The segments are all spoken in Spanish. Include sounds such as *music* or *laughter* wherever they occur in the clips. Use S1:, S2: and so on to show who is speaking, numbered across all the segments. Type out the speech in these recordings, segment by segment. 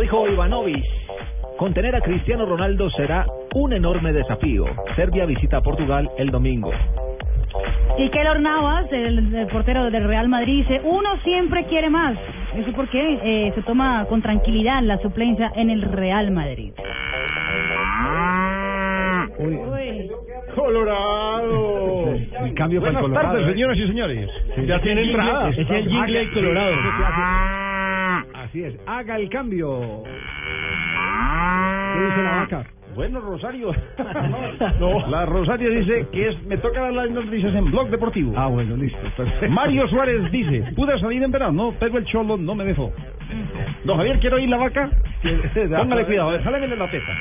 S1: dijo Ivanovic. Contener a Cristiano Ronaldo será un enorme desafío. Serbia visita a Portugal el domingo.
S2: Y Keylor Navas, el, el portero del Real Madrid, dice, uno siempre quiere más. Eso porque eh, se toma con tranquilidad la suplencia en el Real Madrid. Uy.
S3: Colorado.
S1: El cambio para el
S3: Buenas
S1: Colorado,
S3: tardes,
S1: ¿eh?
S3: señores y señores. ya tiene
S1: jingle,
S3: entrada.
S1: es el jingle
S3: Ah,
S1: colorado. Así es. Haga el cambio. ¿Qué dice la vaca?
S3: Bueno, Rosario. *laughs* No. La Rosario dice que es, me toca dar las noticias en Blog Deportivo.
S1: Ah, bueno, listo. perfecto.
S3: Mario Suárez dice, pude salir en verano, pero el cholo no me dejó. Don Javier, quiero ir la
S1: *laughs*
S3: vaca. Póngale cuidado, déjale la teta.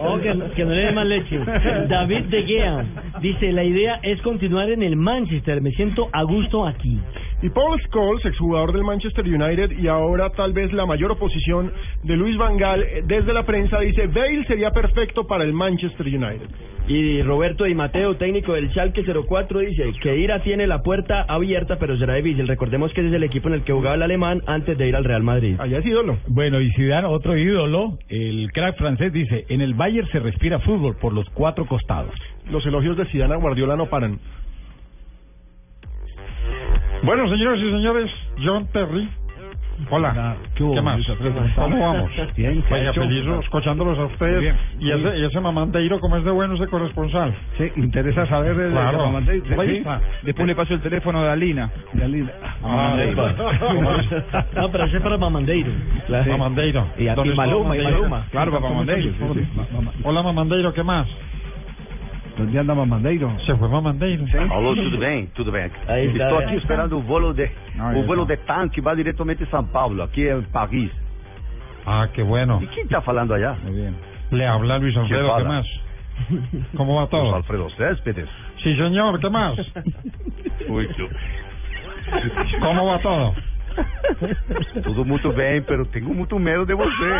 S4: Oh, que, que no le dé más leche. *laughs* David De Gea dice, la idea es continuar en el Manchester, me siento a gusto aquí.
S5: Y Paul Scholes, exjugador del Manchester United y ahora tal vez la mayor oposición de Luis Van Gaal, eh, desde la prensa dice, Bale sería perfecto para el Manchester United.
S6: Y Roberto Di Mateo, técnico del Schalke 04, dice que Ira tiene la puerta abierta, pero será difícil. Recordemos que ese es el equipo en el que jugaba el alemán antes de ir al Real Madrid.
S5: Allá es ídolo.
S7: Bueno, y Zidane, otro ídolo, el crack francés dice, en el Bayern se respira fútbol por los cuatro costados.
S5: Los elogios de Zidane a Guardiola no paran.
S3: Bueno, señores y señores, John Perry. Hola, ¿qué,
S1: hubo,
S3: más?
S1: Luis Alfredo?
S3: ¿Cómo vamos?
S1: Bien, ¿qué
S3: Vaya,
S1: ha hecho?
S3: feliz escuchándolos a
S1: Muy
S3: ustedes.
S1: bien.
S3: Y ese, y ese mamanteiro, como es de bueno, ese corresponsal.
S1: Sí, interesa saber el
S3: Claro.
S1: el- el- el-
S3: Ahí
S1: sí.
S3: está.
S8: Después le paso el teléfono a Alina.
S1: Ya, linda.
S3: Ah,
S1: Sí.
S3: ahí va.
S4: *laughs* No, pero ese es para Mamandeiro.
S3: Mamandeiro.
S1: Y a-
S3: ¿Dónde
S1: y
S3: está
S1: Maluma, y
S3: Mamandeiro?
S1: Maluma.
S8: Claro, papá Mondello,
S1: Sí, sí, ma- ma-
S3: Hola, mamandeiro, ¿qué más? Pues
S1: ¿Dónde anda Mamandeiro?
S3: Se fue mamandeiro.
S9: Alô, tudo bem? Tudo bem.
S4: Aí está.
S9: Estou aqui esperando o voo de
S8: Ah,
S9: o
S8: é,
S9: voo
S8: tá.
S9: de tanque vai diretamente a São Paulo, aqui é Paris.
S3: Ah, qué bueno.
S9: E quem está falando allá?
S8: Muy bien.
S3: Le habla Luis Alfredo, ¿qué
S9: fala?
S3: más? ¿Cómo va
S9: Os
S3: todo?
S9: Alfredo Céspedes.
S3: Sí, señor, ¿qué más?
S9: Muito.
S3: ¿Cómo va todo?
S9: Tudo muito bem, pero tenho muito medo de você.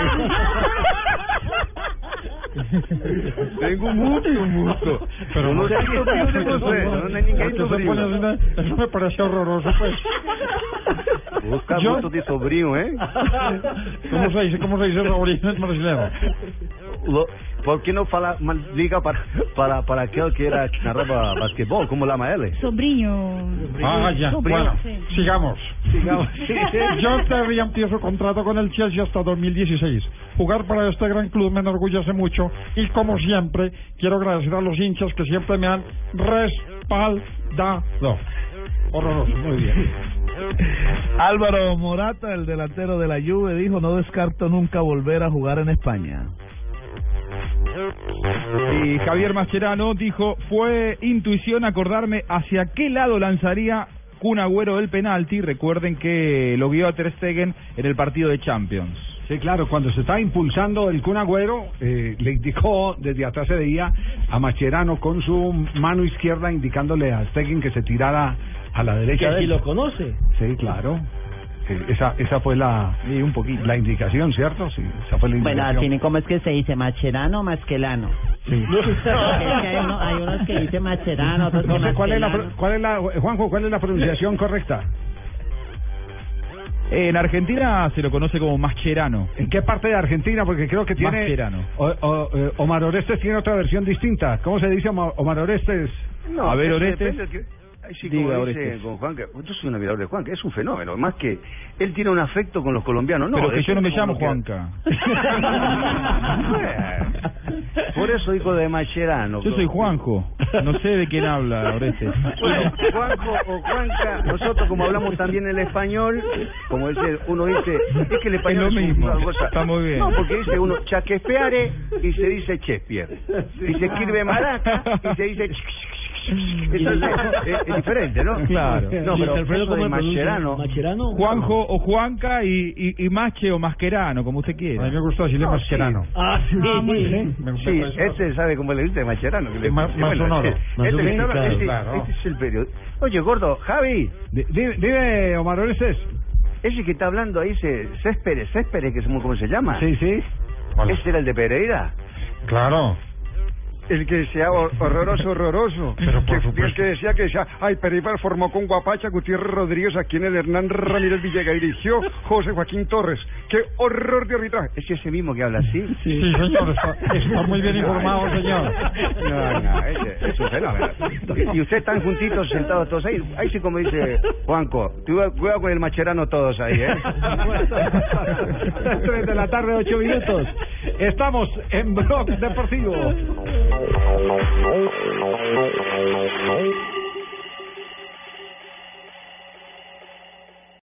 S9: tenho muito, muito.
S3: Pero
S9: eu não
S3: no-
S9: tenho medo de você, eu não é ninguém
S3: Porque se pone
S9: sobrinho.
S3: así, Eso me parece horroroso, pues.
S9: Busca
S3: Yo-
S9: muito de sobrinho, hein?
S3: ¿Cómo se dice, cómo se dice sobrino en brasileño?
S9: Lo- Por que não falar, mas liga para, para, para aquele que era que narrava basquetebol, como Lama L?
S2: Sobriño.
S3: Ah, ya. Bueno,
S2: Sí.
S3: sigamos. *laughs*
S1: Sigamos.
S3: John Terry amplió su contrato con el Chelsea hasta 2016. Jugar para este gran club me enorgullece mucho y como siempre quiero agradecer a los hinchas que siempre me han respaldado. Horroroso, muy bien.
S8: Álvaro Morata, el delantero de la Juve, dijo, no descarto nunca volver a jugar en España. Y Javier Mascherano dijo, fue intuición acordarme hacia qué lado lanzaría Kun Agüero el penalti. Recuerden que lo guió a Ter Stegen en el partido de Champions.
S1: Sí, claro, cuando se estaba impulsando el Kun Agüero, eh, le indicó desde atrás se veía a Macherano con su mano izquierda indicándole a Stegen que se tirara a la
S4: Que
S1: derecha. de
S4: si
S1: él.
S4: lo conoce.
S1: Sí, claro. Eh, esa, esa fue la, un poquito. la indicación, ¿cierto? Sí, esa fue la
S10: Bueno, al
S1: indicación.
S10: fin, ¿cómo es que se dice? ¿Macherano o
S4: *laughs*
S10: masquelano?
S1: Sí. *laughs*
S10: Es que hay, uno- hay unos que dicen macherano, otros que
S1: No sé cuál es la
S10: masquelano.
S1: pro- cuál es la Juanjo, ¿cuál es la pronunciación correcta?
S8: En Argentina se lo conoce como Mascherano.
S1: ¿En qué parte de Argentina? Porque creo que tiene
S8: Mascherano.
S1: O- o- eh, Omar Orestes tiene otra versión distinta. ¿Cómo se dice Omar Omar Orestes?
S9: No,
S8: A ver,
S9: eso
S8: Orestes.
S9: depende de que- Ay, sí, como
S8: Diga,
S9: dice
S8: Orestes.
S9: con Juan, que- yo soy un admirador de Juan, que es un fenómeno. Más que él tiene un afecto con los colombianos, no.
S8: Pero que yo no me
S9: depende
S8: llamo
S9: cómo lo
S8: Juanca.
S9: quiera. *laughs* Bueno, Por eso dijo de Mascherano.
S8: Yo soy Juanjo. No sé de quién habla Orestes.
S9: *laughs* Bueno, Juanjo o Juanca, nosotros como hablamos también el español, como dice, uno dice, es que el español
S8: Es lo
S9: un-
S8: mismo,
S9: una cosa-
S8: está muy bien.
S9: No, porque dice uno Shakespeare y se dice Shakespeare. Y se escribe maraca y se dice Entonces, es, es diferente, ¿no?
S8: Claro.
S9: No,
S4: Luis
S9: pero
S4: Alfredo,
S9: eso
S4: ¿cómo
S9: de
S4: le pronuncia?
S9: Mascherano,
S4: Mascherano.
S8: Juanjo o Juanca y, y, y Mache o Mascherano, como usted
S3: A mí
S8: quiera.
S3: me gusta decirle
S9: No,
S3: Mascherano.
S4: Ah, sí.
S3: Me gusta
S9: Sí,
S3: eso.
S9: ese sabe cómo le dice Mascherano. Que le,
S3: Es más- más sonoro.
S9: Este,
S4: Más
S9: este,
S4: humilde, claro,
S9: este-
S3: claro.
S9: este es el periodo. Oye, gordo, Javi,
S1: Di- Dime, dime, Omar Orestes.
S9: ese que está hablando ahí, ese Céspedes, Céspedes, que es como- cómo se llama.
S1: Sí, sí.
S3: Hola.
S9: ¿Ese era el de Pereira?
S3: Claro.
S9: el que sea hor- horroroso, horroroso.
S3: Pero por
S9: Que- el
S3: supuesto.
S9: que decía que decía, ay, Períbar formó con Guapacha, Gutiérrez Rodríguez, a quien el Hernán Ramírez Villega dirigió, José Joaquín Torres. ¡Qué horror de arbitraje! Es ese mismo que habla así.
S3: Sí, señor, está, está muy bien informado, señor.
S9: No, no, ese- es un fenómeno. Y, y ustedes están juntitos, sentados todos ahí. Ahí sí, como dice Juanco, cuidado cuidado con el macherano todos ahí, ¿eh?
S1: *laughs* Tres de la tarde, ocho minutos. Estamos en Blog Deportivo.
S11: Thank you.